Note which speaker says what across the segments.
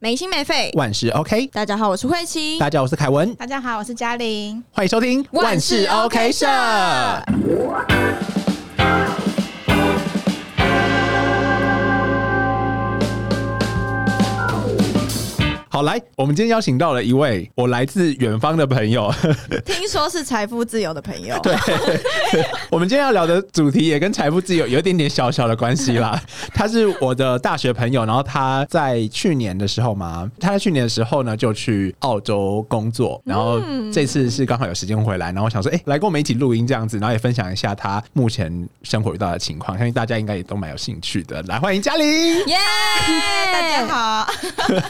Speaker 1: 没心没肺。
Speaker 2: 万事 OK。
Speaker 1: 大家好，我是慧琪。
Speaker 2: 大家好，我是凯文，
Speaker 3: 大家好，我是 嘉玲。
Speaker 2: 欢迎收听
Speaker 1: 万事 OK 社
Speaker 2: 好，来，我们今天邀请到了一位我来自远方的朋友。
Speaker 1: 听说是财富自由的朋友，
Speaker 2: 对， 我们今天要聊的主题也跟财富自由有一点点小小的关系啦。他是我的大学朋友，然后他在去年的时候嘛，他在去年的时候呢就去澳洲工作，然后这次是刚好有时间回来，然后想说，哎、来跟我们一起录音这样子，然后也分享一下他目前生活遇到的情况，相信大家应该也都蛮有兴趣的。来，欢迎嘉玲，
Speaker 1: 耶！
Speaker 3: 大
Speaker 1: 大
Speaker 3: 家，好，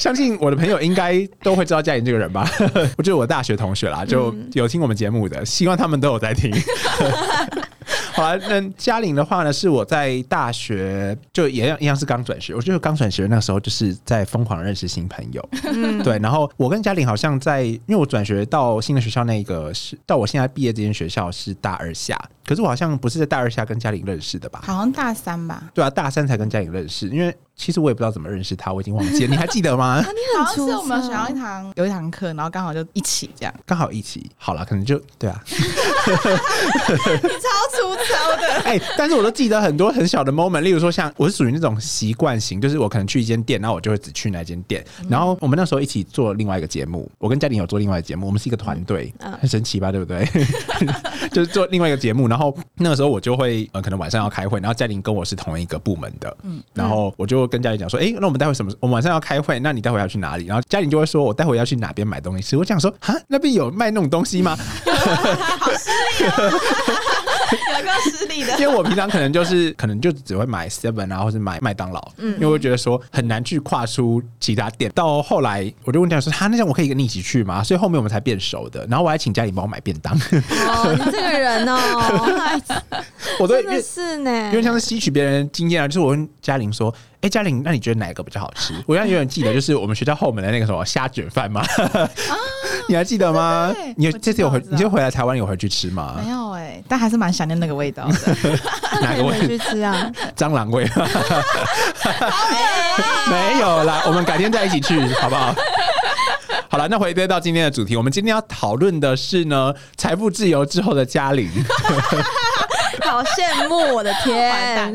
Speaker 2: 相信我的朋友应该都会知道嘉玲这个人吧？ 我就是我大学同学啦，就有听我们节目的，希望他们都有在听。好啊，那嘉玲的话呢，是我在大学就也一样是刚转学，我觉得刚转学那时候就是在疯狂认识新朋友，对。然后我跟嘉玲好像在，因为我转学到新的学校那个是到我现在毕业这间学校是大二下，可是我好像不是在大二下跟嘉玲认识的吧？
Speaker 3: 好像大三吧，
Speaker 2: 对啊，大三才跟嘉玲认识，因为其实我也不知道怎么认识她，我已经忘记了，你还记得吗？
Speaker 1: 你
Speaker 3: 好
Speaker 1: 很
Speaker 3: 像
Speaker 1: 出
Speaker 3: 是我们
Speaker 1: 色
Speaker 3: 学校一堂有一堂课，然后刚好就一起这样。
Speaker 2: 刚好一起，好了，可能就对啊，
Speaker 1: 你超粗糙的，
Speaker 2: 哎、但是我都记得很多很小的 moment，例如说像我是属于那种习惯型，就是我可能去一间店，然后我就会只去那间店。然后我们那时候一起做另外一个节目，我跟嘉玲有做另外一个节目，我们是一个团队，很神奇吧，对不对？ 就是做另外一个节目，然后那个时候我就会呃，可能晚上要开会，然后嘉玲跟我是同一个部门的，嗯，然后我就跟嘉玲讲说，哎、那我们待会什么？我们晚上要开会，那你待会要去哪里？然后嘉玲就会说，我待会要去哪边买东西吃。我想说，哈，那边有卖那种东西吗？
Speaker 3: 有个失礼的，
Speaker 2: 因为我平常可能就是 可能就只会买 Seven 啊，或是买麦当劳，
Speaker 3: 嗯
Speaker 2: 因为我觉得说很难去跨出其他店。到后来我就问他说：“他那这样我可以跟你一起去吗？”所以后面我们才变熟的。然后我还请家里帮我买便 当，
Speaker 1: 哦，你这个人哦，
Speaker 2: 我都
Speaker 1: 真
Speaker 2: 因为
Speaker 1: 的是呢
Speaker 3: 哎
Speaker 2: 因。为像是吸取别人的经验啊，就是我问嘉玲说：“哎、嘉玲，那你觉得哪一个比较好吃？”我现在有点记得，就是我们学校后门的那个什么虾卷饭 嘛，你还记得吗
Speaker 3: 哦对对对？
Speaker 2: 你有
Speaker 3: 我知道
Speaker 2: 这次有
Speaker 3: 我
Speaker 2: 回
Speaker 3: 知，道
Speaker 2: 你就回来台湾有回去吃吗
Speaker 3: 没？有哎、但还是蛮想念那个味道 的。哎
Speaker 2: 哪个味
Speaker 1: 回？去吃 啊？
Speaker 2: 蟑螂味？没有啦，我们改天再一起去，好不好？好了，那回归到今天的主题，我们今天要讨论的是呢，财富自由之后的嘉玲，
Speaker 1: 好羡慕，我的
Speaker 3: 完蛋，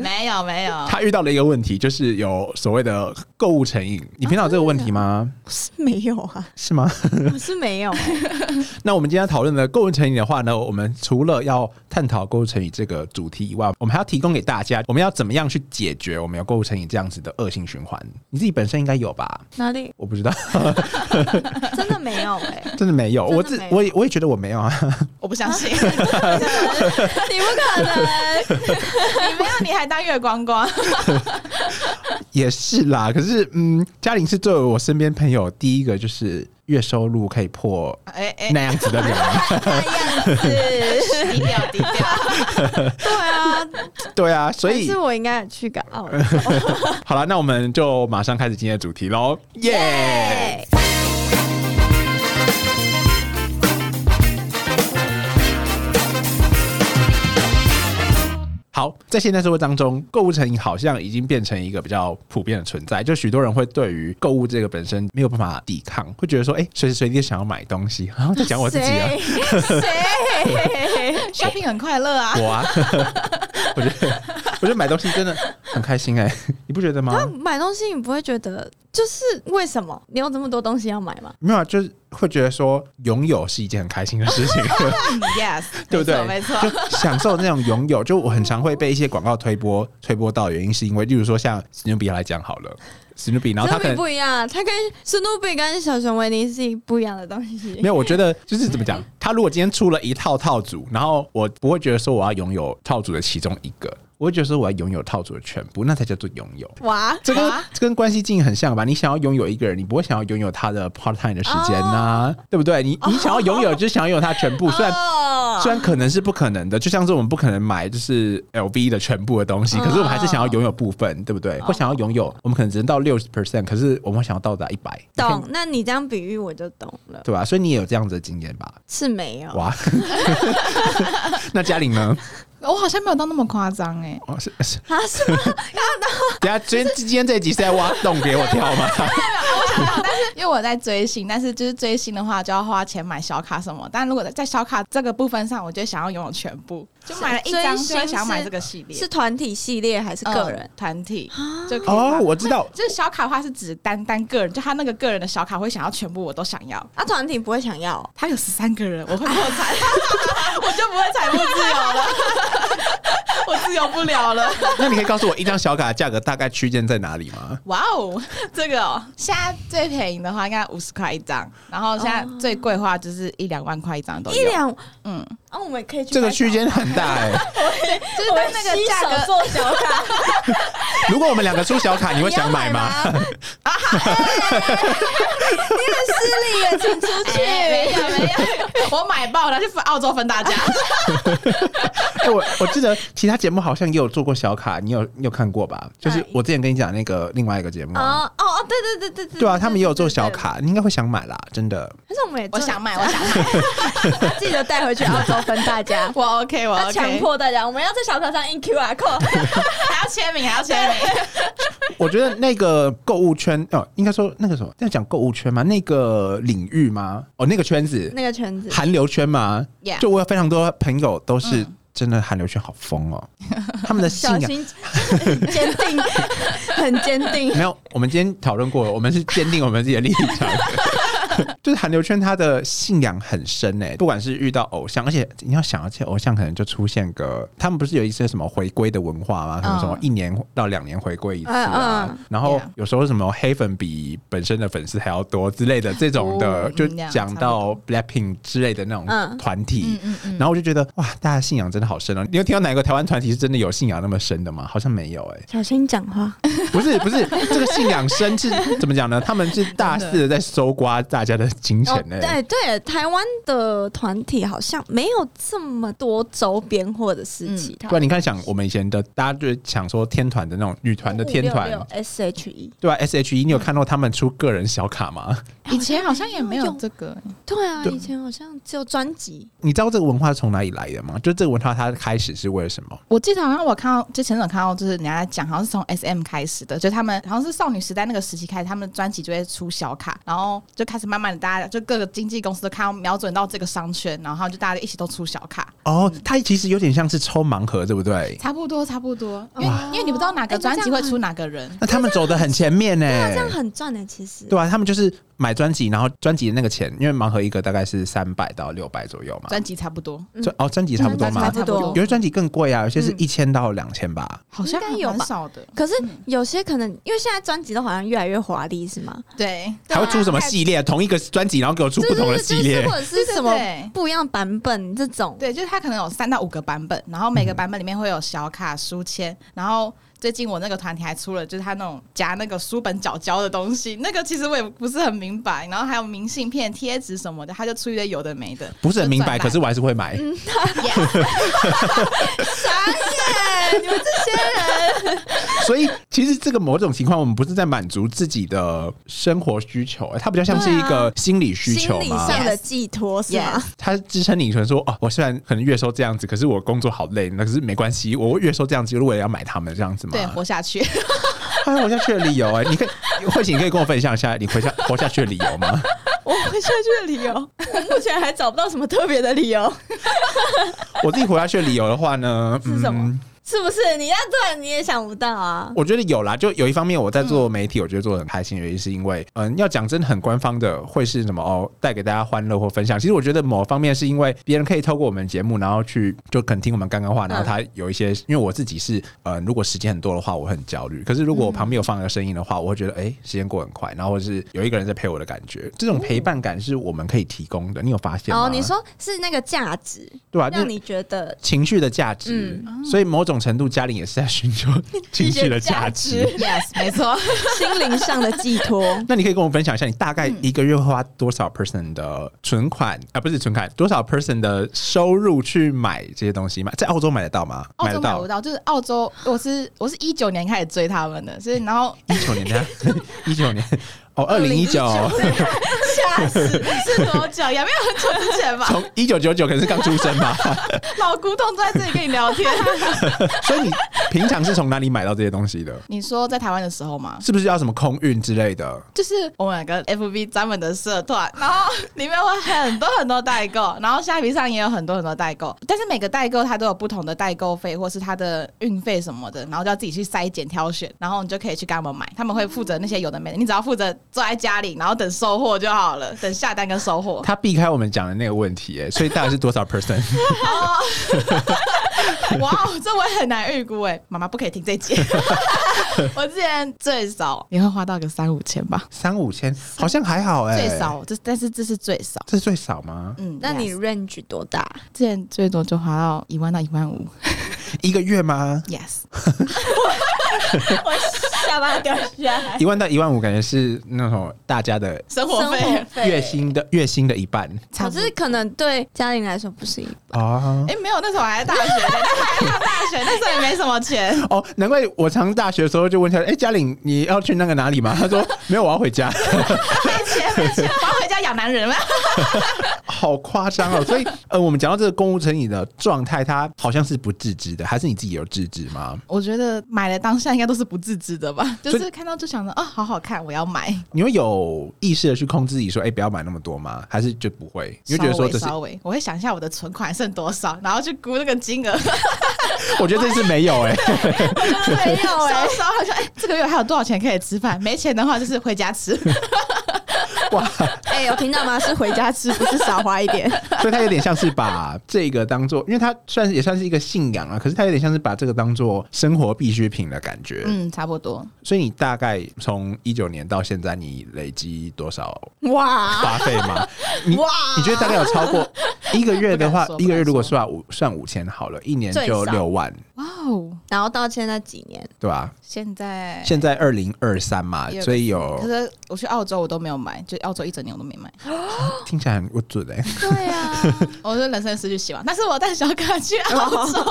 Speaker 1: 天！
Speaker 3: 没有没有，
Speaker 2: 她遇到了一个问题，就是有所谓的购物成瘾。你平常有这个问题吗？
Speaker 1: 是没有啊，
Speaker 2: 是吗？
Speaker 1: 我是没有。
Speaker 2: 那我们今天要讨论的购物成瘾的话呢，我们除了要探讨购物成瘾这个主题以外，我们还要提供给大家，我们要怎么样去解决我们有购物成瘾这样子的恶性循环？你自己本身应该有吧？
Speaker 1: 哪里？
Speaker 2: 我不知道，
Speaker 1: 真的没有哎、
Speaker 2: 真的没有，我
Speaker 1: 真
Speaker 2: 自
Speaker 1: 的没有
Speaker 2: 我也我也觉得我没有啊。
Speaker 3: 我不相 信，
Speaker 1: 你不可能。
Speaker 3: 你没有，你还当月光光，
Speaker 2: 也是啦，可是嗯，嘉玲是作为我身边朋友第一个，就是月收入可以破
Speaker 3: 哎哎、
Speaker 2: 那样子 的人。
Speaker 3: 低调低调，
Speaker 1: 对啊，
Speaker 2: 对啊，所以
Speaker 1: 是我应该也去个澳洲。
Speaker 2: 好了，那我们就马上开始今天的主题喽，耶、
Speaker 1: 耶！
Speaker 2: 好，在现代社会当中，购物成瘾好像已经变成一个比较普遍的存在，就许多人会对于购物这个本身没有办法抵抗，会觉得说，哎、随时随地想要买东西， 然后在讲我自己啊，
Speaker 1: 谁？谁？
Speaker 3: shopping 很快乐啊。
Speaker 2: 我啊， 我觉得我觉得买东西真的很开心哎、你不觉得吗？
Speaker 1: 那买东西你不会觉得就是为什么你有这么多东西要买吗？
Speaker 2: 没有，啊，就是会觉得说拥有是一件很开心的事 情，
Speaker 3: 嗯 yes，
Speaker 2: 对不对
Speaker 3: 没错，没错
Speaker 2: 就享受那种拥有。就我很常会被一些广告推波推波到，原因是因为，例如说像史努比来讲好了，史努比，然后他
Speaker 1: 史努
Speaker 2: 可
Speaker 1: 比
Speaker 2: 能
Speaker 1: 不一样，它跟史努比跟小熊维尼是不一样的东西
Speaker 2: 没。有，我觉得 就是怎么讲，他如果今天出了一套套组，然后我不会觉得说我要拥有套组的其中一个，我会觉得说我要拥有套组的全部，那才叫做拥有。
Speaker 1: 哇，
Speaker 2: 这跟
Speaker 3: 啊
Speaker 2: 这跟关系经营很像吧？你想要拥有一个人，你不会想要拥有他的 part
Speaker 3: 哦
Speaker 2: time 的时间呐、啊对不对？你你想要拥有，就是想要拥有他全部，虽然
Speaker 1: 哦
Speaker 2: 虽然可能是不可能的，就像是我们不可能买就是 LV 的全部的东西，可是我们还是想要拥有部分，对不对？或想要拥有，我们可能只能到六十 percent，可是我们会想要到达一百，
Speaker 1: 懂，那你这样比喻我就懂了，
Speaker 2: 对吧？哦所以你也有这样子的经验吧？
Speaker 1: 是没有。
Speaker 2: 哇，那嘉玲呢？
Speaker 3: 我好像没有到那么夸张哎，
Speaker 2: 哦，是是，
Speaker 1: 啊，是吗？
Speaker 2: 等一下今天今天这一集是在挖洞给我跳 吗？
Speaker 3: 因为我在追星，但是就是追星的话就要花钱买小卡什么，但如果在小卡这个部分上，我就想要拥有全部，就买了一张就会想要买这个系列，
Speaker 1: 是团体系列还是
Speaker 3: 嗯
Speaker 1: 个人？
Speaker 3: 团体就可以
Speaker 2: 哦，
Speaker 3: 买
Speaker 2: 我知道，
Speaker 3: 就是小卡的话是指单单个人，就他那个个人的小卡会想要全部我都想要。
Speaker 1: 啊，团体不会想要哦，
Speaker 3: 他有十三个人，我会破产， 我就不会财务自由了， 我自由不了了。
Speaker 2: 那你可以告诉我一张小卡的价格大概区间在哪里吗？
Speaker 3: 哇哦，这个哦，现在最便宜的话应该五十块一张，然后现在最贵的话就是一两万块哦一张都
Speaker 1: 一
Speaker 3: 有。
Speaker 1: 两
Speaker 3: 嗯，
Speaker 1: 啊，我们可以去
Speaker 2: 这个区间很大哎、
Speaker 3: 就是在那个价格
Speaker 1: 做小卡，
Speaker 2: 如果我们两个出小卡，你会想买吗？
Speaker 1: 你要买？你很失礼耶，请出去。
Speaker 3: 哎没有没有，我买爆了，去澳洲分 大家。
Speaker 2: 哎、我我记得其他节目好像也有做过小卡，你有你有看过吧？就是
Speaker 1: 哎
Speaker 2: 我之前跟你讲那个另外一个节目啊，
Speaker 1: 哦哦哦，对对对对对，
Speaker 2: 对啊，他们也有做小
Speaker 1: 对。对对
Speaker 2: 卡，你应该会想买啦，真的。
Speaker 1: 可是我们也
Speaker 3: 我
Speaker 1: 做
Speaker 3: 想买，我想买，。
Speaker 1: 记得带回去澳洲分大 家
Speaker 2: 哦
Speaker 3: 我 OK，我
Speaker 1: 要
Speaker 3: OK，
Speaker 1: 强迫大家，我们要在小卡上印 QR code。
Speaker 3: 还要签名，还要签名。
Speaker 2: 我觉得那个购物圈哦，应该说那个什么，要讲购物圈吗？那个领域吗？哦，那个圈子，
Speaker 1: 那个圈子，
Speaker 2: 韩流圈吗
Speaker 3: Yeah
Speaker 2: 就我有非常多朋友都是
Speaker 1: 嗯
Speaker 2: 真的韩流圈好疯哦，他们的信
Speaker 1: 小
Speaker 2: 啊仰。
Speaker 1: 心 坚定， 很坚定。
Speaker 2: 没有，我们今天讨论过了，我们是坚定我们自己的立场。 就是韩流圈，他的信仰很深诶、不管是遇到偶像，而且你要想，而且偶像可能就出现个，他们不是有一些什么回归的文化吗？什么
Speaker 3: 嗯
Speaker 2: 什么一年到两年回归一次啊，
Speaker 1: 嗯嗯
Speaker 2: 然后
Speaker 3: Yeah
Speaker 2: 有时候什么黑粉比本身的粉丝还要多之类的这种的，
Speaker 3: 哦
Speaker 2: 就
Speaker 3: 嗯那样
Speaker 2: 讲到 Blackpink 之类的那
Speaker 1: 嗯
Speaker 2: 种团体，
Speaker 3: 嗯嗯嗯，
Speaker 2: 然后我就觉得哇，大家信仰真的好深哦、你有听到哪个台湾团体是真的有信仰那么深的吗？好像没有哎、
Speaker 1: 小心讲话，
Speaker 2: 不是不是，这个信仰 深是怎么讲呢？他们是大肆的在搜刮大家的金钱欸呢、
Speaker 1: 哦对对，台湾的团体好像没有这么多周边或者是其他
Speaker 2: 对啊，你看，想我们以前的，大家就想说天团的那种女团的天团，
Speaker 1: S H E，
Speaker 2: 对吧、s H E，你有看到他们出个人小卡吗？
Speaker 3: 以前好像也没有这个，
Speaker 1: 对啊，
Speaker 2: 对
Speaker 1: 以前好像只有专辑，
Speaker 2: 你知道这个文化是从哪里来的吗？就这个文化它开始是为了什么？
Speaker 3: 我记得好像我看到之前有看到，就是人家讲好像是从 S M 开始的，就他们好像是少女时代那个时期开始，他们的专辑就会出小卡，然后就开始慢慢的大家就各个经纪公司都看到瞄准到这个商圈，然后就大家一起都出小卡，
Speaker 2: 哦，它其实有点像是抽盲盒，对不对？
Speaker 3: 差不多差不多，因为
Speaker 1: 哇
Speaker 3: 因为你不知道哪个专辑会出哪个人，
Speaker 2: 那他们走的很前面呢、
Speaker 1: 对啊，这样很赚的，其实
Speaker 2: 哎对啊，他们就是买专辑，然后专辑的那个钱，因为盲盒一个大概是三百到六百左右嘛，
Speaker 3: 专辑差不多，
Speaker 1: 嗯
Speaker 2: 专哦专辑差不多
Speaker 1: 专
Speaker 2: 嘛
Speaker 1: 辑，差不多
Speaker 2: 有。些专辑更贵啊，有些是
Speaker 3: 嗯
Speaker 2: 一千到两千吧。
Speaker 3: 好像
Speaker 1: 应该有吧
Speaker 3: 蛮少的，
Speaker 1: 可是有些可能，因为现在专辑都好像越来越华丽，是吗？
Speaker 3: 对，
Speaker 2: 还会出什么系列？同一个专辑，然后给我出不同的系
Speaker 1: 啊
Speaker 2: 列
Speaker 1: 就是，或者是什么
Speaker 3: 对对对
Speaker 1: 不一样版本这种。
Speaker 3: 对，就是它可能有三到五个版本，然后每
Speaker 2: 嗯
Speaker 3: 个版本里面会有小卡、书签，然后。最近我那个团体还出了，就是他那种夹那个书本角胶的东西，那个其实我也不是很明白。然后还有明信片、贴纸什么的，他就出一堆有的没的，
Speaker 2: 不是很明白，
Speaker 3: 就
Speaker 2: 可
Speaker 3: 转
Speaker 2: 是我还是会买。
Speaker 3: 卖 Yeah，
Speaker 1: 嗯傻眼，你们这些人
Speaker 2: 所以其实这个某种情况，我们不是在满足自己的生活需求，哎它比较像是一个心理需
Speaker 1: 啊心
Speaker 2: 求
Speaker 1: 理
Speaker 2: 嘛。
Speaker 1: 上的寄托是吗？
Speaker 2: 它支撑你可能说哦，我虽然可能月收这样子，可是我工作好累，那可是没关系，我月收这样子，如果要买它们这样子嘛。
Speaker 3: 对，活下去。
Speaker 2: 还有活下去的理由哎、你可以慧琴，你可以跟我分享一下你活下活下去的理由 吗？
Speaker 1: 我回下去的理由，我目前还找不到什么特别的理由，
Speaker 2: 我自己活下去的理由的话呢，
Speaker 1: 是什么
Speaker 2: 嗯
Speaker 1: 是不是？你要这样你也想不到啊。
Speaker 2: 我觉得有啦，就有一方面我在做媒体，我觉得做的很开心，原因是因为，嗯，要讲真的很官方的，会是什么哦，带给大家欢乐或分享。其实我觉得某方面是因为别人可以透过我们节目，然后去就肯听我们刚刚
Speaker 1: 嗯
Speaker 2: 话，然后他有一些，因为我自己是，呃，如果时间很多的话，我会很焦虑。可是如果我旁边有放一个声音的话，我会觉得，哎、时间过很快，然后或者是有一个人在陪我的感觉，这种陪伴感是我们可以提供的。你有发现吗？
Speaker 1: 哦，你说是那个价值，
Speaker 2: 对吧、
Speaker 1: 让
Speaker 2: 就
Speaker 1: 你觉得
Speaker 2: 情绪的价值，所以某种程度，嘉玲也是在寻求情绪的价值。
Speaker 3: yes，没错。
Speaker 1: 心灵上的寄 托。
Speaker 2: 那你可以跟我们分享一下，你大概一个月会花多少 percent 的存款啊？不是存款，多少 percent 的收入去买这些东西吗？在澳洲 买得到吗？
Speaker 3: 澳
Speaker 2: 得
Speaker 3: 洲买不
Speaker 2: 到。
Speaker 3: 到，就是澳洲，我是我是一九年开始追他们的，所以然后
Speaker 2: 啊一九年的，一九年哦，二零一九，
Speaker 1: 吓
Speaker 3: 吓死！是多久？也没有很久之前吧。
Speaker 2: 从一九九九可能是刚出生吧，
Speaker 3: 老古董坐在这里跟你聊天。
Speaker 2: 所以你平常是从哪里买到这些东西的？
Speaker 3: 你说在台湾的时候吗？
Speaker 2: 是不是要什么空运之类的？
Speaker 3: 就是，Oh 我们有个 FB 专门的社团，然后里面会很多很多代购，然后虾皮上也有很多很多代购，但是每个代购它都有不同的代购费或是它的运费什么的，然后就要自己去筛检挑选，然后你就可以去跟他们买，他们会负责那些有的没的，你只要负责坐在家里，然后等收货就好了，等下单跟收货。
Speaker 2: 他避开我们讲的那个问题、欸，所以大概是多少 percent？
Speaker 3: 哦， 哇，这我也很难预估哎，妈妈不可以听这节。 我之前最少也会花到个三五千吧，
Speaker 2: 三五千，好像还好哎、欸，
Speaker 3: 最少这但是这是最少。
Speaker 2: 这是最少吗？
Speaker 3: 嗯，
Speaker 1: 那你
Speaker 3: yes
Speaker 1: range 多大？
Speaker 3: 之前最多就花到一万到一万五
Speaker 2: 一个月吗？
Speaker 3: ，yes，
Speaker 1: 我下巴掉下
Speaker 3: 哎
Speaker 1: 来。
Speaker 2: 一万到一万五，感觉是那种大家的
Speaker 3: 生活
Speaker 1: 生活
Speaker 3: 费。
Speaker 1: 费
Speaker 2: 月薪的月薪的一半
Speaker 1: 可是可能对家庭来说不是一半。
Speaker 2: 哦。
Speaker 3: 哎、没有，那时候我还在大学，那时候还上大学，那时候也没什么钱。
Speaker 2: 哦，难怪我常大学的时候就问他，哎、嘉玲，你要去那个哪里 吗？他说没有，我要回家，
Speaker 3: 没钱，没钱，我要回家养男人了。
Speaker 2: 好夸张哦。 所以，呃，我们讲到这个公务成瘾的状态，它好像是不自知的，还是你自己有自知吗？
Speaker 3: 我觉得买的当下应该都是不自知的吧， 就
Speaker 2: 所
Speaker 3: 是看到就想着哦，好好看，我要 买。
Speaker 2: 你会有意识的去控制自己说，哎、不要买那么多吗？还是就不会？你会觉得说这是
Speaker 3: 稍微，稍微我会想一下我的存款剩多少，然后去估那个金 额。
Speaker 2: 我觉得这是没有哎、
Speaker 1: 没有哎、
Speaker 3: 稍稍好像哎，这个月还有多少钱可以吃饭？没钱的话就是回家吃。
Speaker 2: 哇，
Speaker 1: 哎、有听到吗？是回家吃，不是少花一点。
Speaker 2: 所以他有点像是把这个当做，因为他算是也算是一个信仰啊，可是他有点像是把这个当做生活必需品的感觉。
Speaker 3: 嗯，差不多。
Speaker 2: 所以你大概从一九年到现在，你累积多少
Speaker 1: 哇，
Speaker 2: 花费 吗？你
Speaker 1: 哇
Speaker 2: 你觉得大概有超过一个月的话
Speaker 3: 不敢说，
Speaker 2: 一个月如果
Speaker 3: 不敢
Speaker 2: 算五算五千好了，一年
Speaker 1: 最
Speaker 2: 就
Speaker 1: 少
Speaker 2: 六万，
Speaker 3: 哇哦，
Speaker 1: 然后到现在几年，
Speaker 2: 对吧？
Speaker 3: 现在
Speaker 2: 现在二零二三嘛，
Speaker 3: 哎也有
Speaker 2: 所以有
Speaker 3: 可是我去澳洲我都没有买，就澳洲一整年我都没买，
Speaker 2: 听起来很不准哎、
Speaker 1: 对啊，
Speaker 3: 我就人生失去希望。但是我带小卡去澳 洲，我就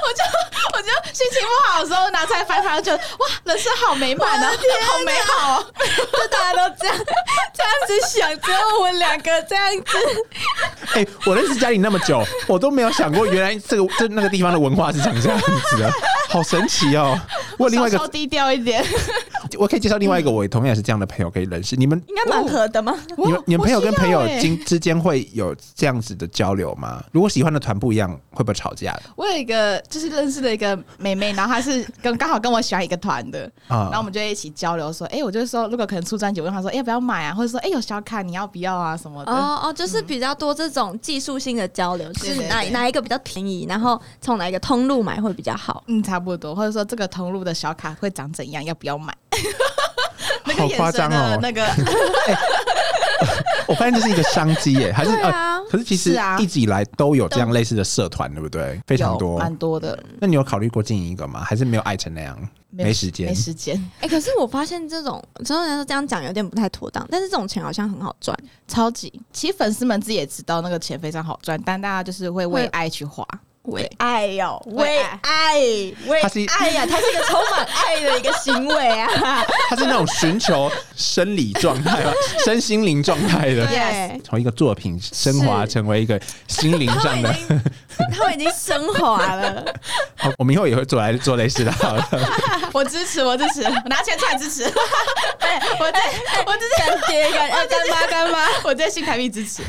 Speaker 3: 我就心情不好的时候拿出来翻翻，就觉得哇，人生好美满啊，好美好哦。
Speaker 1: 就 大家都这样这样子想，只有我们两个这样子。
Speaker 2: 哎、我认识家里那么久，我都没有想过原来这个这那个地方的文化是长这样子的，好神奇哦！我有另外一
Speaker 3: 稍稍
Speaker 2: 个，
Speaker 3: 低调一点，
Speaker 2: 我可以介绍另外一个，我同样也是这样的朋友可以认识。你们
Speaker 1: 应该蛮合的吗？
Speaker 2: 你们你们朋友跟朋友
Speaker 3: 经。
Speaker 2: 之之间会有这样子的交流吗？如果喜欢的团不一样，会不会吵架的
Speaker 3: 我有一个就是认识的一个妹妹，然后她是跟刚好跟我喜欢一个团的，
Speaker 2: 啊
Speaker 3: 然后我们就一起交流说，哎、我就说如果可能出专辑，我问她说、哎要不要买啊，或者说哎、有小卡你要不要啊什么的。
Speaker 1: 哦哦，就是比较多这种技术性的交流，
Speaker 3: 对
Speaker 1: 是
Speaker 3: 对
Speaker 1: 哪
Speaker 3: 对
Speaker 1: 哪一个比较便宜，然后从哪一个通路买会比较好。
Speaker 3: 嗯，差不多，或者说这个通路的小卡会长怎样，要不 要买？那个
Speaker 2: 好
Speaker 3: 眼
Speaker 2: 夸
Speaker 3: 神
Speaker 2: 张哦
Speaker 3: 的！那个，
Speaker 2: 我发现这是一个商机 耶，还是
Speaker 1: 对啊
Speaker 2: 呃可是其实
Speaker 3: 是啊
Speaker 2: 一直以来都有这样类似的社团，对不对？ 非常
Speaker 3: 有
Speaker 2: 多。
Speaker 3: 蛮多的，
Speaker 2: 那你有考虑过经营一个吗？还是没有爱成那 样，
Speaker 3: 有
Speaker 2: 没时间
Speaker 3: 没？时间，
Speaker 1: 哎、可是我发现这种，虽然说这样讲有点不太妥当，但是这种钱好像很好赚。
Speaker 3: 超级。其实粉丝们自己也知道那个钱非常好赚，但大家就是会为
Speaker 1: 会
Speaker 3: 爱去花。
Speaker 1: 为爱哟、
Speaker 3: 为
Speaker 1: 爱，为
Speaker 2: 它是一
Speaker 3: 哎
Speaker 1: 呀、它是一个充 满爱的一个行为啊！
Speaker 2: 他是那种寻求生理状态 吗、身心灵状态的，
Speaker 1: 对
Speaker 3: Yes，
Speaker 2: 从一个作品升华
Speaker 1: 是
Speaker 2: 成为一个心灵
Speaker 1: 他
Speaker 2: 上
Speaker 1: 们
Speaker 2: 的
Speaker 1: 已。经， 他们已经升 华了。
Speaker 2: 好，我们以后也会做来做类似的。好了，
Speaker 3: 我支持，我支持，哎我拿钱出来支 持。我在，我支持。
Speaker 1: 干爹干
Speaker 3: 啊
Speaker 1: 啊干妈干妈，
Speaker 3: 我在新台币支持。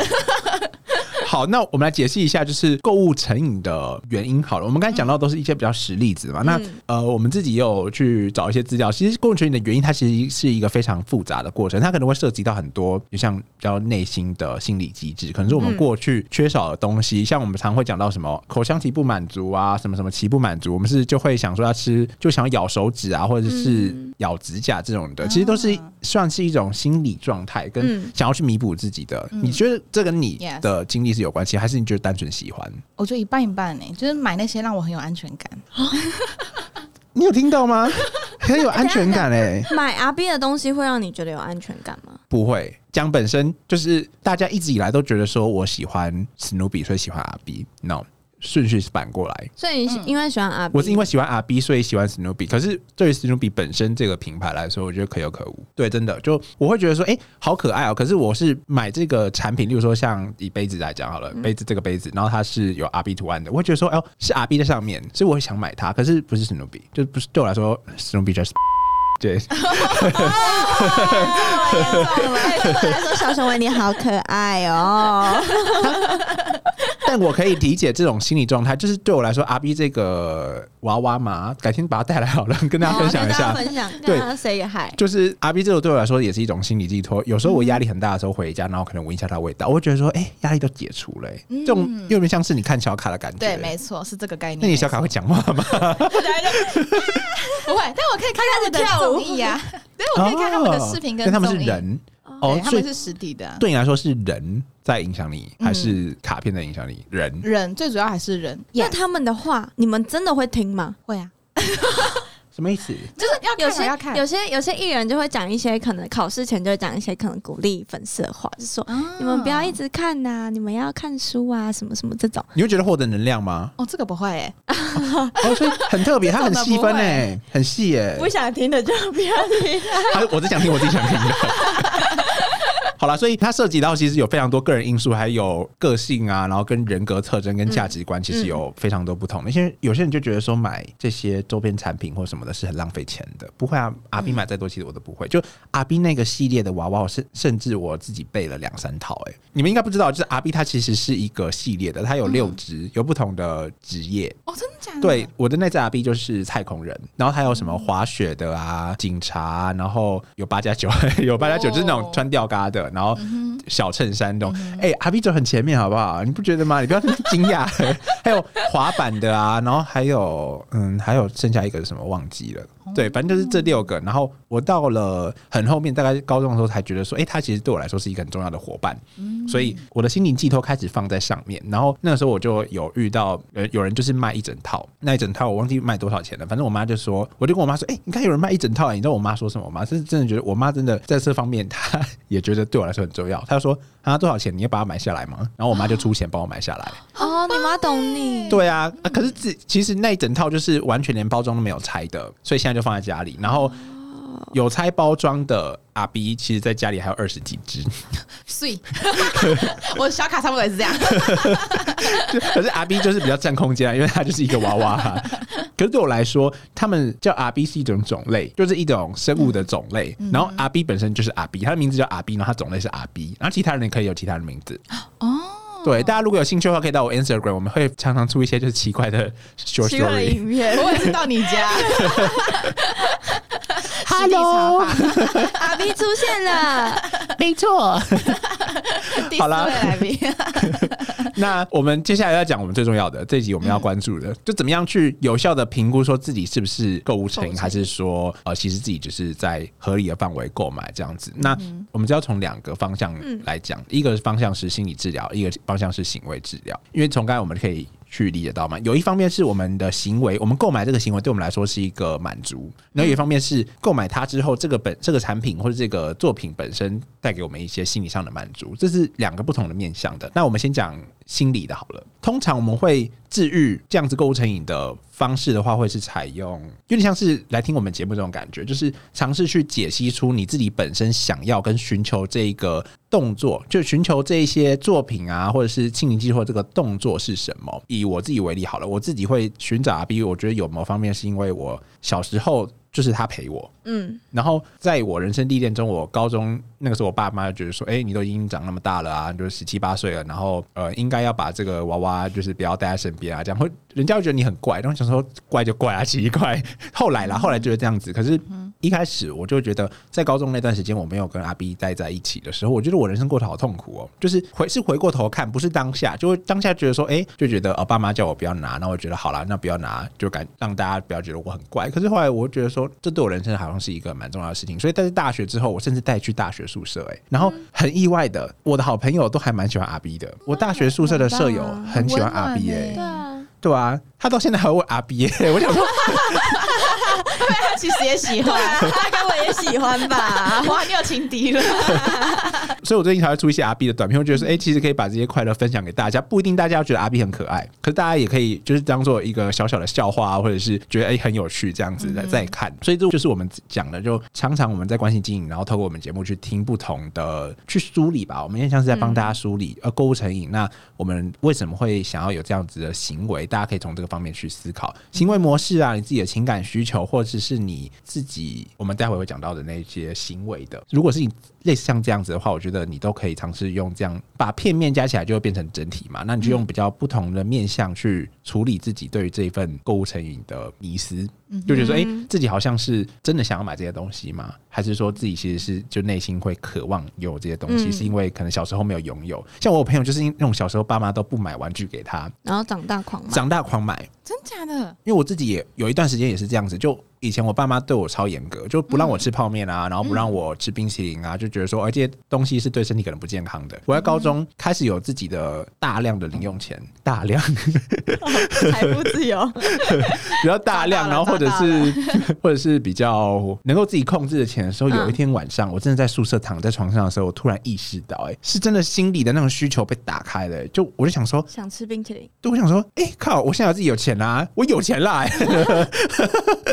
Speaker 2: 好，那我们来解析一下，就是购物成瘾的原因好了。我们刚才讲到都是一些比较实例子嘛。那呃，我们自己也有去找一些资料。其实购物成瘾的原因，它其实是一个非常复杂的过程，它可能会涉及到很多，就像比较内心的心理机制，可能是我们过去缺少的东西。像我们常会讲到什么口腔期不满足啊，什么什么期不满足，我们是就会想说要吃，就想咬手指啊，或者是咬指甲这种的，其实都是算是一种心理状态，跟
Speaker 1: 嗯
Speaker 2: 想要去弥补自己的。你觉得这跟你
Speaker 3: Yes
Speaker 2: 的呃经历是有关系，还是你就是单纯喜欢？
Speaker 3: 我觉得一半一半呢、就是买那些让我很有安全感。
Speaker 2: 你有听到吗？很有安全感哎、
Speaker 1: 买阿 B 的东西会让你觉得有安全感吗？
Speaker 2: 不会。讲本身就是大家一直以来都觉得说我喜欢史努比，所以喜欢阿 B。No，顺序是反过来。
Speaker 1: 所以你是
Speaker 3: 嗯
Speaker 1: 因为喜欢阿 B，
Speaker 2: 我是因为喜欢 R B，所以喜欢史努比。可是对于史努比本身这个品牌来说，我觉得可有可无。对，真的，就我会觉得说，哎、好可爱哦、可是我是买这个产品，例如说像以杯子来讲好了，杯子这个杯子，然后它是有 R B 图案的，我会觉得说，哎、呦，是 R B 在上面，所以我会想买它。可是不是史努比，就不是对我来说，史努比就是 对，
Speaker 1: 哦 对对哎我来说，小熊维你好可爱哦。
Speaker 2: 但我可以理解这种心理状态，就是对我来说，R B 这个娃娃嘛，改天把它带来好了， 跟大家分享一
Speaker 1: 跟大家
Speaker 2: 下。
Speaker 1: 分享，
Speaker 2: 对
Speaker 1: 跟大家 say 个 hi。
Speaker 2: 就是 R B 这种对我来说也是一种心理寄托。有
Speaker 3: 嗯
Speaker 2: 时候我压力很大的时候回家，然后可能闻一下它的味道，我会觉得说，哎、压力都解除了、欸。这种又有点像是你看小卡的感觉。
Speaker 3: 嗯对，没错，是这个概念。
Speaker 2: 那你小卡会讲话吗？
Speaker 3: 不然就不会，但我可以看他们的
Speaker 1: 跳舞
Speaker 3: 综艺啊，对，我可以看他们的视频
Speaker 2: 哦
Speaker 3: 跟
Speaker 2: 但他们
Speaker 3: 综
Speaker 2: 是
Speaker 3: 艺，
Speaker 2: 人
Speaker 3: 对
Speaker 2: 哦，
Speaker 3: 他
Speaker 2: 所
Speaker 3: 们
Speaker 2: 以
Speaker 3: 是嗯实体的啊。
Speaker 2: 对你来说是人在影响你，还是卡片在影响你？人
Speaker 3: 人最主要还是人，
Speaker 1: 那他们的话，你们真的会听吗？
Speaker 3: 会啊，
Speaker 2: 什么意思？
Speaker 3: 就是要
Speaker 1: 有
Speaker 3: 看
Speaker 1: 些
Speaker 3: 要看
Speaker 1: 有些有些艺人就会讲一些可能考试前就会讲一些可能鼓励粉丝的话，就说
Speaker 3: 啊
Speaker 1: 你们不要一直看呐、你们要看书啊，什么什么这种。
Speaker 2: 你会觉得获得能量吗？
Speaker 3: 哦，这个不会欸，
Speaker 2: 哦，所以很特 别，它很细分
Speaker 3: 不会
Speaker 2: 哎、很细哎、
Speaker 1: 想听的就不要听。
Speaker 2: 还是我只想听我自己想听的。好啦，所以它涉及到其实有非常多个人因素，还有个性啊，然后跟人格特征跟价值观，其实有非常多不同的。因为有些人就觉得说买这些周边产品或什么的是很浪费钱的，不会啊，阿斌买再多其实我都不会。就阿斌那个系列的娃娃，我甚甚至我自己备了两三套、欸。哎，你们应该不知道，就是阿斌它其实是一个系列的，它有六职，有不同的职业，
Speaker 3: 哦，真的假的？
Speaker 2: 对，，我的那只 R B 就是太空人，然后还有什么滑雪的啊，警察啊，然后有八加九， 有八加九，就是那种
Speaker 3: 哦
Speaker 2: 穿吊嘎的，然后小衬衫那种。哎、r B 走很前面好不好？你不觉得吗？你不要那么惊讶。还有滑板的啊，然后还有嗯，还有剩下一个是什么忘记了。对，反正就是这六个。然后我到了很后面，大概高中的时候才觉得说，哎、他其实对我来说是一个很重要的伙伴。所以我的心灵寄托开始放在上面。然后那个时候我就有遇到呃有人就是卖一整套，那一整套我忘记卖多少钱了，反正我妈就说，我就跟我妈说，哎、你看有人卖一整套、你知道我妈说什么吗？是真的觉得我妈真的在这方面，她也觉得对我来说很重要。她说啊多少钱？你要把它买下来吗？然后我妈就出钱帮我买下来。
Speaker 1: 哦，你妈懂你。
Speaker 2: 对啊，啊可是自其实那一整套就是完全连包装都没有拆的，所以现在就放在家里。然后有拆包装的阿 B，其实在家里还有二十几只。
Speaker 3: 所以 我小卡差不多也是这样，
Speaker 2: 就 可是 R B 就是比较占空间啊，因为它就是一个娃娃、可是对我来说，他们叫 R B 是一种种类，就是一种生物的种类。
Speaker 1: 嗯
Speaker 2: 然后 R B 本身就是 R B，它的名字叫 R B，然后它种类是 R B，然后其他人也可以有其他的名字。哦，对，大家如果有兴趣的话，可以到我 Instagram，我们会常常出一些就是奇怪的 short
Speaker 1: 奇怪的
Speaker 2: story。
Speaker 1: 影片，
Speaker 3: 我也是到你家。
Speaker 2: Hello
Speaker 3: 实地
Speaker 1: 阿 B 出现了，
Speaker 2: 没错。
Speaker 3: 茶饭
Speaker 2: 好啦
Speaker 3: 第四位来宾，
Speaker 2: 那我们接下来要讲我们最重要的这一集，我们要关注的，就怎么样去有效的评估说自己是不是购物成
Speaker 3: 购物成
Speaker 2: 瘾，
Speaker 3: 瘾
Speaker 2: 还是说呃，其实自己只是在合理的范围购买这样子。那我们就要从两个方向来讲，一个方向是心理治疗，一个方向是行为治疗，因为从刚才我们可以。去理解到嘛，有一方面是我们的行为，我们购买这个行为对我们来说是一个满足；然后有一方面是购买它之后，这个本这个产品或者这个作品本身带给我们一些心理上的满足，这是两个不同的面向的。那我们先讲心理的好了。通常我们会治愈这样子购物成瘾的方式的话，会是采用有点像是来听我们节目这种感觉，就是尝试去解析出你自己本身想要跟寻求这一个动作，就寻求这一些作品啊，或者是心灵寄托这个动作是什么。以我自己为例好了，我自己会寻找 RB，我觉得有某方面是因为我小时候就是他陪我，
Speaker 1: 嗯，
Speaker 2: 然后在我人生历练中，我高中那个时候，我爸妈就觉得说，哎、你都已经长那么大了啊，你就十七八岁了，然后呃，应该要把这个娃娃就是不要带在身边啊，这样会人家会觉得你很怪，然后想说怪就怪啊，奇怪。后来
Speaker 3: 嗯
Speaker 2: 啦，后来就是这样子。可是，一开始我就觉得，在高中那段时间，我没有跟阿 B 待在一起的时候，我觉得我人生过得好痛苦哦，就是回是回过头看，不是当下，就会当下觉得说，哎、就觉得哦，爸妈叫我不要拿，那我觉得好啦，那不要拿，就感让大家不要觉得我很怪。可是后来我觉得说，这对我人生好像是一个蛮重要的事情，所以但是大学之后，我甚至带去大学宿舍、哎，然后
Speaker 3: 嗯
Speaker 2: 很意外的，我的好朋友都还蛮喜欢阿 B 的，我大学宿舍的舍友
Speaker 3: 很棒啊
Speaker 2: 很喜欢
Speaker 3: 很温
Speaker 2: 阿 B
Speaker 3: 暖
Speaker 2: 哎、
Speaker 3: 欸
Speaker 1: 对啊，
Speaker 2: 对啊，他到现在还会问阿 B，、欸、我想说，
Speaker 3: 对，他其实也喜
Speaker 1: 对
Speaker 3: 欢。。
Speaker 1: 啊， 他跟我也喜欢吧
Speaker 3: 哇，你有情敌了！
Speaker 2: 所以我最近才会出一些 R B 的短片，我觉得说，哎、其实可以把这些快乐分享给大家，不一定大家要觉得 R B 很可爱，可是大家也可以就是当做一个小小的笑话啊，或者是觉得哎、很有趣这样子在在看。所以这就是我们讲的，就常常我们在关系经营，然后透过我们节目去听不同的去梳理吧，我们也像是在帮大家梳理、呃购物成瘾，那我们为什么会想要有这样子的行为？大家可以从这个方面去思考行为模式啊，你自己的情感需求，或者是你自己，我们待会会讲到的那些行为的。如果是你类似像这样子的话，我觉得你都可以尝试用这样把片面加起来，就会变成整体嘛。那你就用比较不同的面向去处理自己对于这一份购物成瘾的迷思，就觉得说，哎、自己好像是真的想要买这些东西吗？还是说自己其实是就内心会渴望有这些东西，
Speaker 1: 嗯
Speaker 2: 是因为可能小时候没有拥有？像我有朋友就是因那种小时候爸妈都不买玩具给他，
Speaker 1: 然后长大狂嘛，
Speaker 2: 长大狂买，
Speaker 3: 真假的？
Speaker 2: 因为我自己也有一段时间也是这样子，就以前我爸妈对我超严格，就不让我吃泡面
Speaker 3: 嗯
Speaker 2: 啊，然后不让我吃冰淇淋啊，就觉得说，哎、这些东西是对身体可能不健康
Speaker 3: 嗯
Speaker 2: 的。我在高中开始有自己的大量的零用钱，大量
Speaker 1: 财富自由，
Speaker 2: 比较大量，
Speaker 3: 长大了
Speaker 2: 然后或者是 或者是比较能够自己控制的钱的时候，
Speaker 1: 嗯
Speaker 2: 有一天晚上，我真的在宿舍躺在床上的时候，我突然意识到、哎，是真的心里的那种需求被打开了、哎就我就想说，
Speaker 1: 想吃冰淇淋，
Speaker 2: 对，我想说，哎、靠！我现在有自己有钱啦、我有钱啦、 欸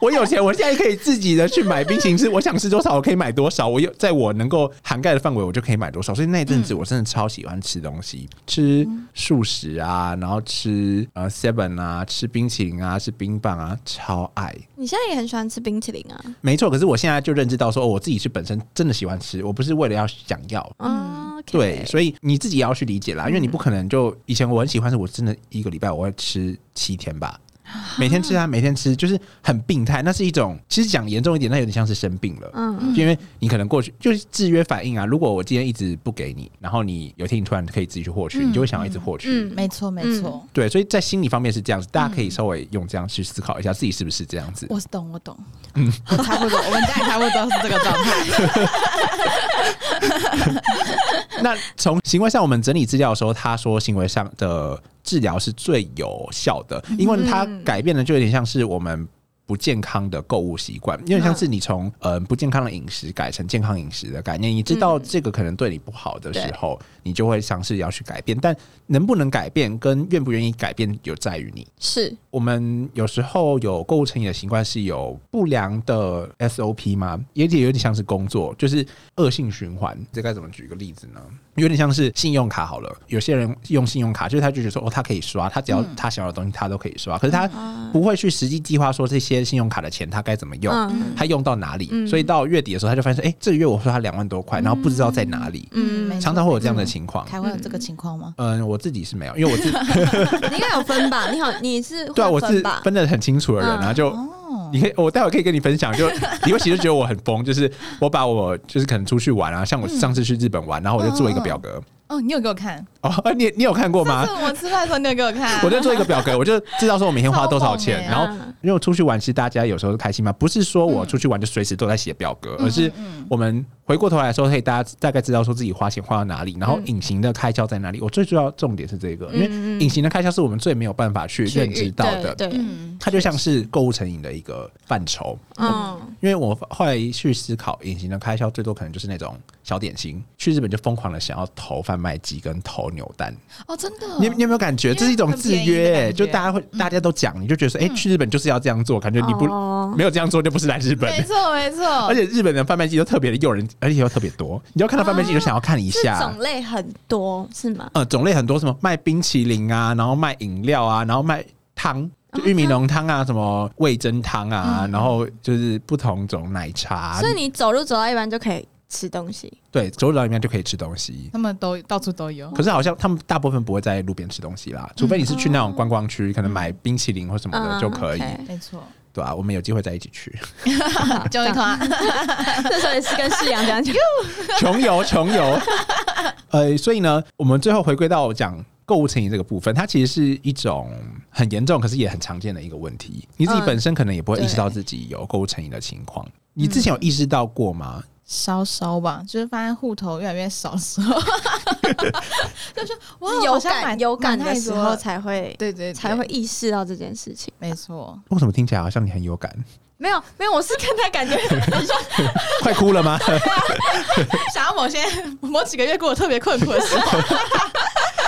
Speaker 2: 我有钱，我现在可以自己的去买冰淇淋吃，我想吃多少我可以买多少，我有在我能够涵盖的范围，我就可以买多少。所以那一阵子我真的超喜欢吃东西，吃素食啊，然后吃呃 seven 啊，吃冰淇淋啊，吃冰棒啊，超爱。
Speaker 1: 你现在也很喜欢吃冰淇淋啊？
Speaker 2: 没错，可是我现在就认知到说，哦，我自己是本身真的喜欢吃，我不是为了要想要，
Speaker 1: 嗯，OK
Speaker 2: 对，所以你自己也要去理解啦，因为你不可能就以前我很喜欢，是我真的一个礼拜我会吃七天吧，每天吃啊，每天吃，就是很病态。那是一种，其实讲严重一点，那有点像是生病了。
Speaker 1: 嗯，
Speaker 2: 就因为你可能过去就是制约反应啊。如果我今天一直不给你，然后你有一天你突然可以自己去获取，
Speaker 3: 嗯
Speaker 2: 你就会想要一直获取。
Speaker 1: 嗯
Speaker 3: 没错，没错，
Speaker 2: 对，所以在心理方面是这样子，大家可以稍微用这样去思考一下自己是不是这样子。
Speaker 3: 我懂，我懂。嗯，差 不多，我们家也差不多是这个状 态。
Speaker 2: 那从行为上，我们整理资料的时候，他说行为上的治疗是最有效的，因为它改变的就有点像是我们。不健康的购物习惯，有点像是你从呃不健康的饮食改成健康饮食的概念，你知道这个可能对你不好的时候，你就会尝试要去改变。但能不能改变跟愿不愿意改变，有在于你。
Speaker 1: 是
Speaker 2: 我们有时候有购物成瘾的习惯是有不良的 SOP 吗？也也有点像是工作，就是恶性循环。这该怎么举个例子呢？有点像是信用卡好了，有些人用信用卡，就是他就觉得说，哦，他可以刷，他只要
Speaker 1: 嗯
Speaker 2: 他想要的东西，他都可以刷，可是他不会去实际计划说这些信用卡的钱他该怎么用。
Speaker 1: 啊嗯
Speaker 2: 他用到哪里？所以到月底的时候，他就发现说，哎、这个月我刷他两万多块，然后不知道在哪里，
Speaker 1: 嗯，
Speaker 3: 没错
Speaker 2: 常常会有这样的情况。
Speaker 3: 还会有这个情况吗？
Speaker 2: 嗯，我自己是没有，因为我自己
Speaker 1: 你应该有分吧？你好，你是
Speaker 2: 对啊，
Speaker 1: 会
Speaker 2: 我是
Speaker 1: 吧？
Speaker 2: 分得很清楚的人啊，
Speaker 1: 嗯
Speaker 2: 就
Speaker 3: 哦，
Speaker 2: 你可以，我待会可以跟你分享，就你会其实觉得我很疯，就是我把我就是可能出去玩啊，像我上次去日本玩，然后我就做一个表格。
Speaker 3: 哦，你有给我看？
Speaker 2: 哦，你你有看过
Speaker 3: 上
Speaker 2: 吗
Speaker 3: 次？我们吃饭的时候，你有给我看？
Speaker 2: 我就做一个表格，我就知道说我每天花多少钱。
Speaker 3: 超
Speaker 2: 然
Speaker 1: 疯欸
Speaker 2: 后，因为我出去玩，其实大家有时候开心嘛，不是说我出去玩就随时都在写表格，而是我们回过头来说，可以大家大概知道说自己花钱花到哪里，然后隐形的开销在哪里。我最主要重点是这个，因为隐形的开销是我们最没有办法去认知到的，
Speaker 1: 对，对
Speaker 3: 嗯，
Speaker 2: 它就像是购物成瘾的一个范畴。
Speaker 1: 嗯，
Speaker 2: 因为我后来去思考，隐形的开销最多可能就是那种小点心。去日本就疯狂的想要投贩卖机跟投扭蛋，
Speaker 3: 哦，真的，
Speaker 2: 你你有没有感觉
Speaker 3: 因为
Speaker 2: 这是一种
Speaker 3: 很
Speaker 2: 制
Speaker 3: 便宜的
Speaker 2: 约、
Speaker 3: 感觉
Speaker 2: 就大家会大家都讲，你就觉得说，哎、去日本就是要这样做，感觉你不、
Speaker 1: 哦
Speaker 2: 没有这样做就不是来日本。
Speaker 3: 没错，没错，
Speaker 2: 而且日本的贩卖机都特别的诱人，而且又特别多，你要看到
Speaker 3: 哦
Speaker 2: 贩卖机就想要看一
Speaker 1: 是
Speaker 2: 下。
Speaker 1: 种类很多是吗？
Speaker 2: 呃，种类很多，什么卖冰淇淋啊，然后卖饮料啊，然后卖
Speaker 1: 哦
Speaker 2: 汤，就玉米浓汤啊，什么味噌汤啊，然后就是不同种奶茶啊，
Speaker 1: 嗯所以你走路走到一半就可以吃东西，
Speaker 2: 对，走廊里面就可以吃东西。
Speaker 3: 他们都到处都有。
Speaker 1: 哦
Speaker 2: 可是好像他们大部分不会在路边吃东西啦，除非你是去那种观光区，可能买冰淇淋或什么的
Speaker 1: 哦嗯
Speaker 2: 就可以，
Speaker 1: OK
Speaker 3: 没错，
Speaker 2: 对啊，我们有机会再一起去。
Speaker 3: 就一啊团。
Speaker 1: 这时候也是跟夕阳讲 讲，
Speaker 2: 穷游，穷游。 呃，所以呢，我们最后回归到讲购物成瘾这个部分，它其实是一种很严重，可是也很常见的一个问题。你自己
Speaker 1: 嗯
Speaker 2: 本身可能也不会意识
Speaker 1: 对
Speaker 2: 嗯到自己有购物成瘾的情况，你之前有意识到过吗？
Speaker 3: 稍稍吧，就是发现户头越来越少的时 候，就是我
Speaker 1: 是有感有感的时候
Speaker 3: 才
Speaker 1: 才会
Speaker 3: 对对对
Speaker 1: 才会意识到这件事情。
Speaker 3: 没错，
Speaker 2: 为什么听起来好像你很有 感？
Speaker 1: 没有没有，我是跟他感觉
Speaker 2: 快哭了吗？
Speaker 3: 想要某些某几个月过得特别困苦的时候，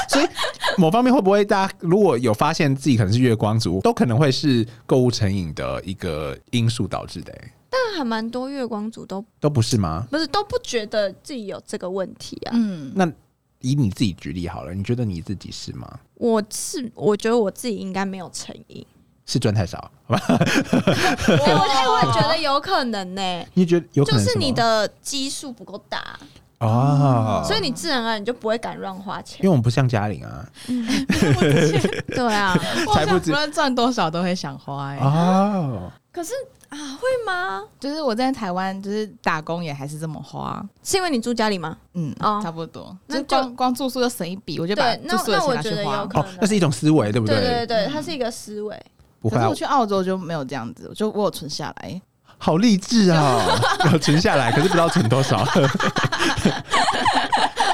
Speaker 2: 所以某方面会不会大家如果有发现自己可能是月光族，都可能会是购物成瘾的一个因素导致的、欸？
Speaker 1: 但还蛮多月光族都
Speaker 2: 都不是吗？
Speaker 1: 不是都不觉得自己有这个问题啊。
Speaker 3: 嗯，
Speaker 2: 那以你自己举例好了，你觉得你自己是吗？
Speaker 1: 我是我觉得我自己应该没有成瘾，
Speaker 2: 是赚太少？
Speaker 3: 我
Speaker 1: 哎、我哎我也觉得有可能呢、
Speaker 2: 你觉得有可
Speaker 1: 就
Speaker 2: 能
Speaker 1: 是
Speaker 2: 什么
Speaker 1: 你的基数不够大，
Speaker 2: 哦，
Speaker 1: 所以你自然而然你就不会敢乱花
Speaker 2: 因
Speaker 1: 钱。
Speaker 2: 为我们不像嘉玲啊
Speaker 1: 对啊，
Speaker 3: 我好
Speaker 2: 才不
Speaker 3: 像
Speaker 2: 止
Speaker 3: 不论赚多少都会想花、
Speaker 1: 哎
Speaker 3: 欸，
Speaker 2: 哦，
Speaker 1: 可是啊，会吗？
Speaker 3: 就是我在台湾就是打工也还是这么花，
Speaker 1: 是因为你住家里吗？
Speaker 3: 嗯，
Speaker 1: 哦
Speaker 3: 差不多，
Speaker 1: 那
Speaker 3: 就
Speaker 1: 就
Speaker 3: 光光住宿就省一笔，我就把
Speaker 1: 对那
Speaker 3: 住宿的
Speaker 1: 那我
Speaker 3: 钱拿
Speaker 1: 觉得
Speaker 3: 去花
Speaker 1: 有。可
Speaker 2: 哦
Speaker 1: 能，
Speaker 2: 那是一种思维，对不
Speaker 1: 对对
Speaker 2: 对
Speaker 1: 对对，它是一个思维。
Speaker 2: 不会
Speaker 3: 可是
Speaker 2: 啊
Speaker 3: 我，去澳洲就没有这样子，我就我有存下 来，
Speaker 2: 好励志啊！有存下来，可是不知道存多 少。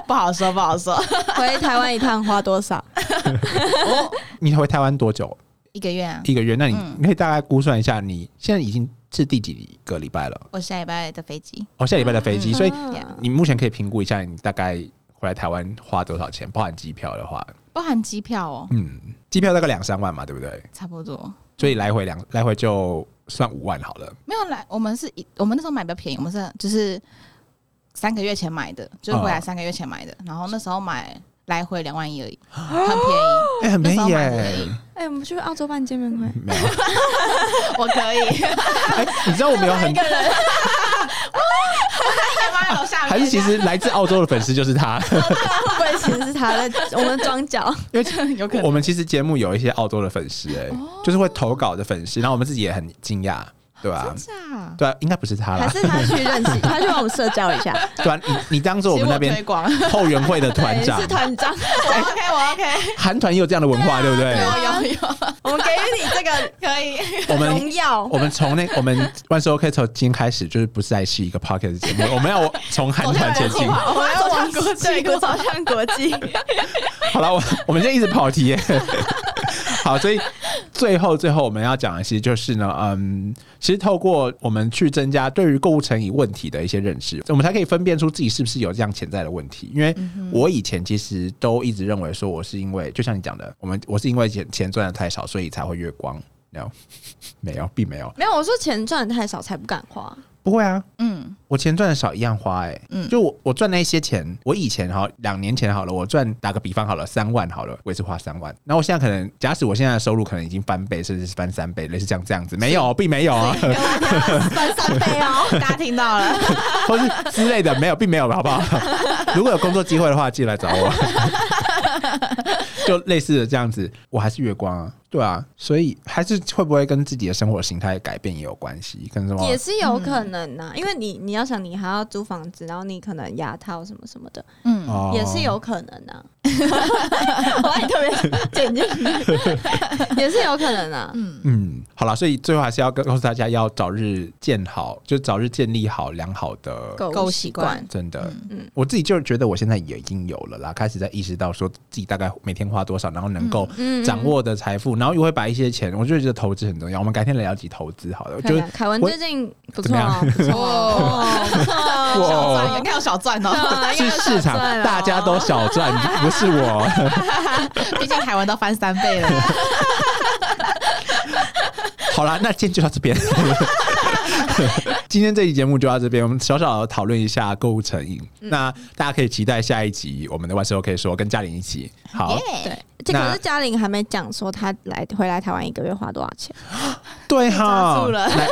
Speaker 3: 不好说不好说，
Speaker 1: 回台湾一趟花多少？
Speaker 2: 哦你回台湾多久？
Speaker 3: 一个月啊。
Speaker 2: 一个月？那你
Speaker 3: 嗯
Speaker 2: 你可以大概估算一下，你现在已经是第几个礼拜了？
Speaker 3: 我下礼拜的飞机，
Speaker 2: 哦，下礼拜的飞机， 所以
Speaker 1: 啊
Speaker 2: 你目前可以评估一下，你大概回来台湾花多少钱，包含机票的话，
Speaker 3: 包含机票哦，
Speaker 2: 嗯，机票大概两三万嘛，对不对？
Speaker 3: 差不多。
Speaker 2: 所以来回两来回就算五万好了。
Speaker 3: 没有来，我们是一，我们那时候买比较便宜，我们是就是三个月前买的，就是
Speaker 2: 哦
Speaker 3: 回来三个月前买的，然后那时候买来回两万一 而已，很便宜，
Speaker 2: 哎、很
Speaker 3: 那
Speaker 2: 便
Speaker 3: 时候
Speaker 2: 宜耶、
Speaker 3: 买很便宜
Speaker 1: 哎、我们去澳洲办见面会，
Speaker 2: 没有，
Speaker 3: 我可 以。
Speaker 2: 哎、你知道我们有很
Speaker 1: 一个人
Speaker 3: 台湾楼下
Speaker 2: 还是其实 来自澳洲的粉丝就是他，
Speaker 1: 会不会其实是他在我们装 脚？
Speaker 2: 因为
Speaker 3: 有可能
Speaker 2: 我们其实节目有一些澳洲的粉丝、哎、
Speaker 1: 哦
Speaker 2: 就是会投稿的粉丝，然后我们自己也很惊讶，对吧、
Speaker 3: 是啊，
Speaker 2: 对啊，应该不是他
Speaker 1: 还
Speaker 2: 啦，
Speaker 1: 是他去认 识，他去帮我们社交一下？
Speaker 2: 对啊，你你当做我们那
Speaker 3: 推
Speaker 2: 边
Speaker 3: 广，
Speaker 2: 后援会的团
Speaker 1: 对，
Speaker 2: 长
Speaker 1: 是，团长，
Speaker 3: 我 OK，我 OK，
Speaker 2: 韩团也有这样的文化，对不对？
Speaker 1: 啊
Speaker 3: 有有有，
Speaker 1: 我们给予你这个
Speaker 3: 可以。
Speaker 2: 我们
Speaker 1: 荣耀
Speaker 2: 我。们从那我们万事 OK 从今天开始就是不再是一个 podcast 节目，我们要从韩团前进。
Speaker 1: 我们要往
Speaker 3: 走向国际
Speaker 1: 对，走向国际。
Speaker 2: 好了，我我们现在一直跑题 耶。好，所以最后最后我们要讲的其实就是呢，嗯，其实透过我们去增加对于购物成瘾问题的一些认识，我们才可以分辨出自己是不是有这样潜在的问题。因为我以前其实都一直认为说我是因为，就像你讲的，我们我是因为钱钱赚的太少，所以才会月光。no，没有，并没有，
Speaker 1: 没有，我说钱赚的太少才不敢花。
Speaker 2: 不会啊，
Speaker 3: 嗯，
Speaker 2: 我钱赚的少一样花哎、
Speaker 3: 嗯
Speaker 2: 就我我赚那一些钱，我以前哈两年前好了，我赚打个比方好了，三万好了，我也是花三万。然后我现在可能，假使我现在的收入可能已经翻倍，甚至是翻三倍，类似这样这样子，没有，并没有啊，
Speaker 1: 翻三倍哦！
Speaker 3: 大家听到了，
Speaker 2: 或是之类的，没有，并没有，好不好？如果有工作机会的话，记得来找我。 就类似的这样子，我还是月光啊，对啊，所以还是会不会跟自己的生活形态改变也有关系，跟什么
Speaker 1: 也是有可能呐、因为你你要想，你还要租房子，然后你可能牙套什么什么的，
Speaker 3: 嗯，
Speaker 2: 哦
Speaker 1: 也是有可能呐、我把你特别剪进去，也是有可能啊。
Speaker 2: 嗯，好啦，所以最后还是要告告诉大家，要早日建好，就早日建立好良好的
Speaker 1: 购
Speaker 3: 购
Speaker 1: 物
Speaker 3: 物
Speaker 1: 习
Speaker 3: 习
Speaker 1: 惯
Speaker 3: 惯，
Speaker 2: 真的，
Speaker 1: 嗯
Speaker 2: 我自己就觉得我现在也已经有了啦，开始在意识到说自己大概每天花多少，然后能够
Speaker 1: 嗯
Speaker 2: 掌握的财富，然后又会把一些钱，我就觉得投资很重要。我们改天来聊起投资好了，
Speaker 1: 可
Speaker 2: 就
Speaker 1: 以
Speaker 2: 是
Speaker 1: 啊。凯文
Speaker 2: 我
Speaker 1: 最近不
Speaker 2: 怎么
Speaker 1: 错哦，
Speaker 2: 样
Speaker 1: 不错
Speaker 3: 哦，
Speaker 1: 哦，不错
Speaker 2: 哇
Speaker 1: 哦，
Speaker 3: 小赚，应该有小赚哦，
Speaker 1: 对
Speaker 2: 是市场
Speaker 1: 啊
Speaker 2: 大家都，小赚，不是我。
Speaker 3: 毕竟台湾都翻三倍了，
Speaker 2: 好啦，那今天就到这边。 今天这期节目就到这边，我们小小地讨论一下购物成瘾。
Speaker 3: 嗯
Speaker 2: 那大家可以期待下一集我们的万事 OK 说跟嘉玲一起。
Speaker 1: 应
Speaker 2: 好，
Speaker 1: 该有小赚哦
Speaker 3: 耶，
Speaker 1: 对，这
Speaker 2: 那
Speaker 1: 可是嘉玲还没讲说她来回来台湾一个月花多少钱。
Speaker 2: 对哈
Speaker 3: 被抓住，了
Speaker 2: 来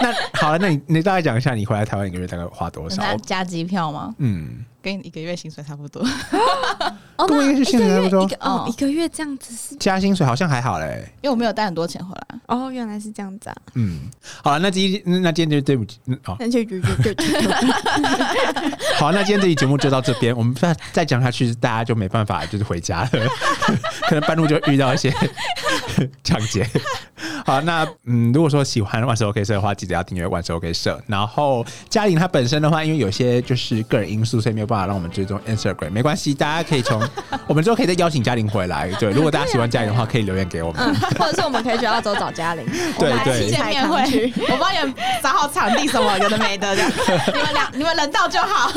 Speaker 2: 那好了，那你你大概讲一下你回来台湾一个月大概花多少？
Speaker 3: 那加机票吗？
Speaker 2: 嗯，
Speaker 3: 跟一个月薪水差不多，
Speaker 1: 哦，
Speaker 2: 跟我
Speaker 1: 那
Speaker 2: 一个
Speaker 1: 一
Speaker 2: 现
Speaker 1: 个
Speaker 2: 在差
Speaker 1: 月
Speaker 2: 不多
Speaker 1: 一个哦
Speaker 3: 嗯
Speaker 1: 一个月这样子是
Speaker 2: 加薪水好像还好嘞。
Speaker 3: 因为我没有带很多钱回来，
Speaker 1: 哦，原来是这样子啊。
Speaker 2: 嗯，好了，那今那今天就对不起，嗯哦，
Speaker 1: 那就就就就就
Speaker 2: 好，那今天这期节目就到这边，我们再再讲下去，大家就没办 法就是回家了，可能半路就遇到一些抢劫。好，那嗯，如果说喜欢万事 OK 社的话，记得要订阅万事 OK 社。然后嘉玲她本身的话，因为有些就是个人因素，所以没有办法让我们追踪 Instagram，没关系，大家可以从我们之后可以再邀请嘉玲回来。对，如果大家喜欢嘉玲的话，可以留言给我们。
Speaker 1: 嗯，或者是我们可以去澳洲找嘉玲，
Speaker 2: 对
Speaker 1: 我们来
Speaker 2: 对
Speaker 1: 七
Speaker 3: 见
Speaker 1: 彩
Speaker 3: 面
Speaker 1: 堂
Speaker 3: 会
Speaker 1: 区，
Speaker 3: 我帮你们找好场地什么有的没 的这样，你们俩你们人到就好。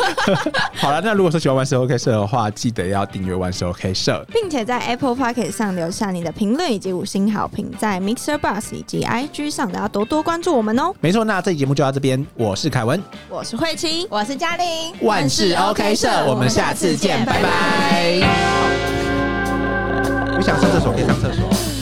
Speaker 2: 好了，那如果说喜欢万事 OK 社的话，记得要订阅万事 OK 社。
Speaker 1: 并且在 Apple p o c k e t 上留下你的评论以及五星好评，在 Mixer Bus 以及 IG 上都要多多关注我们哦。
Speaker 2: 没错，那这期节目就到这边，我是凯文，
Speaker 1: 我是慧琪，
Speaker 3: 我是嘉玲，
Speaker 2: 万事 OK 社，我们下次见，拜拜。我想上厕所，可以上厕所。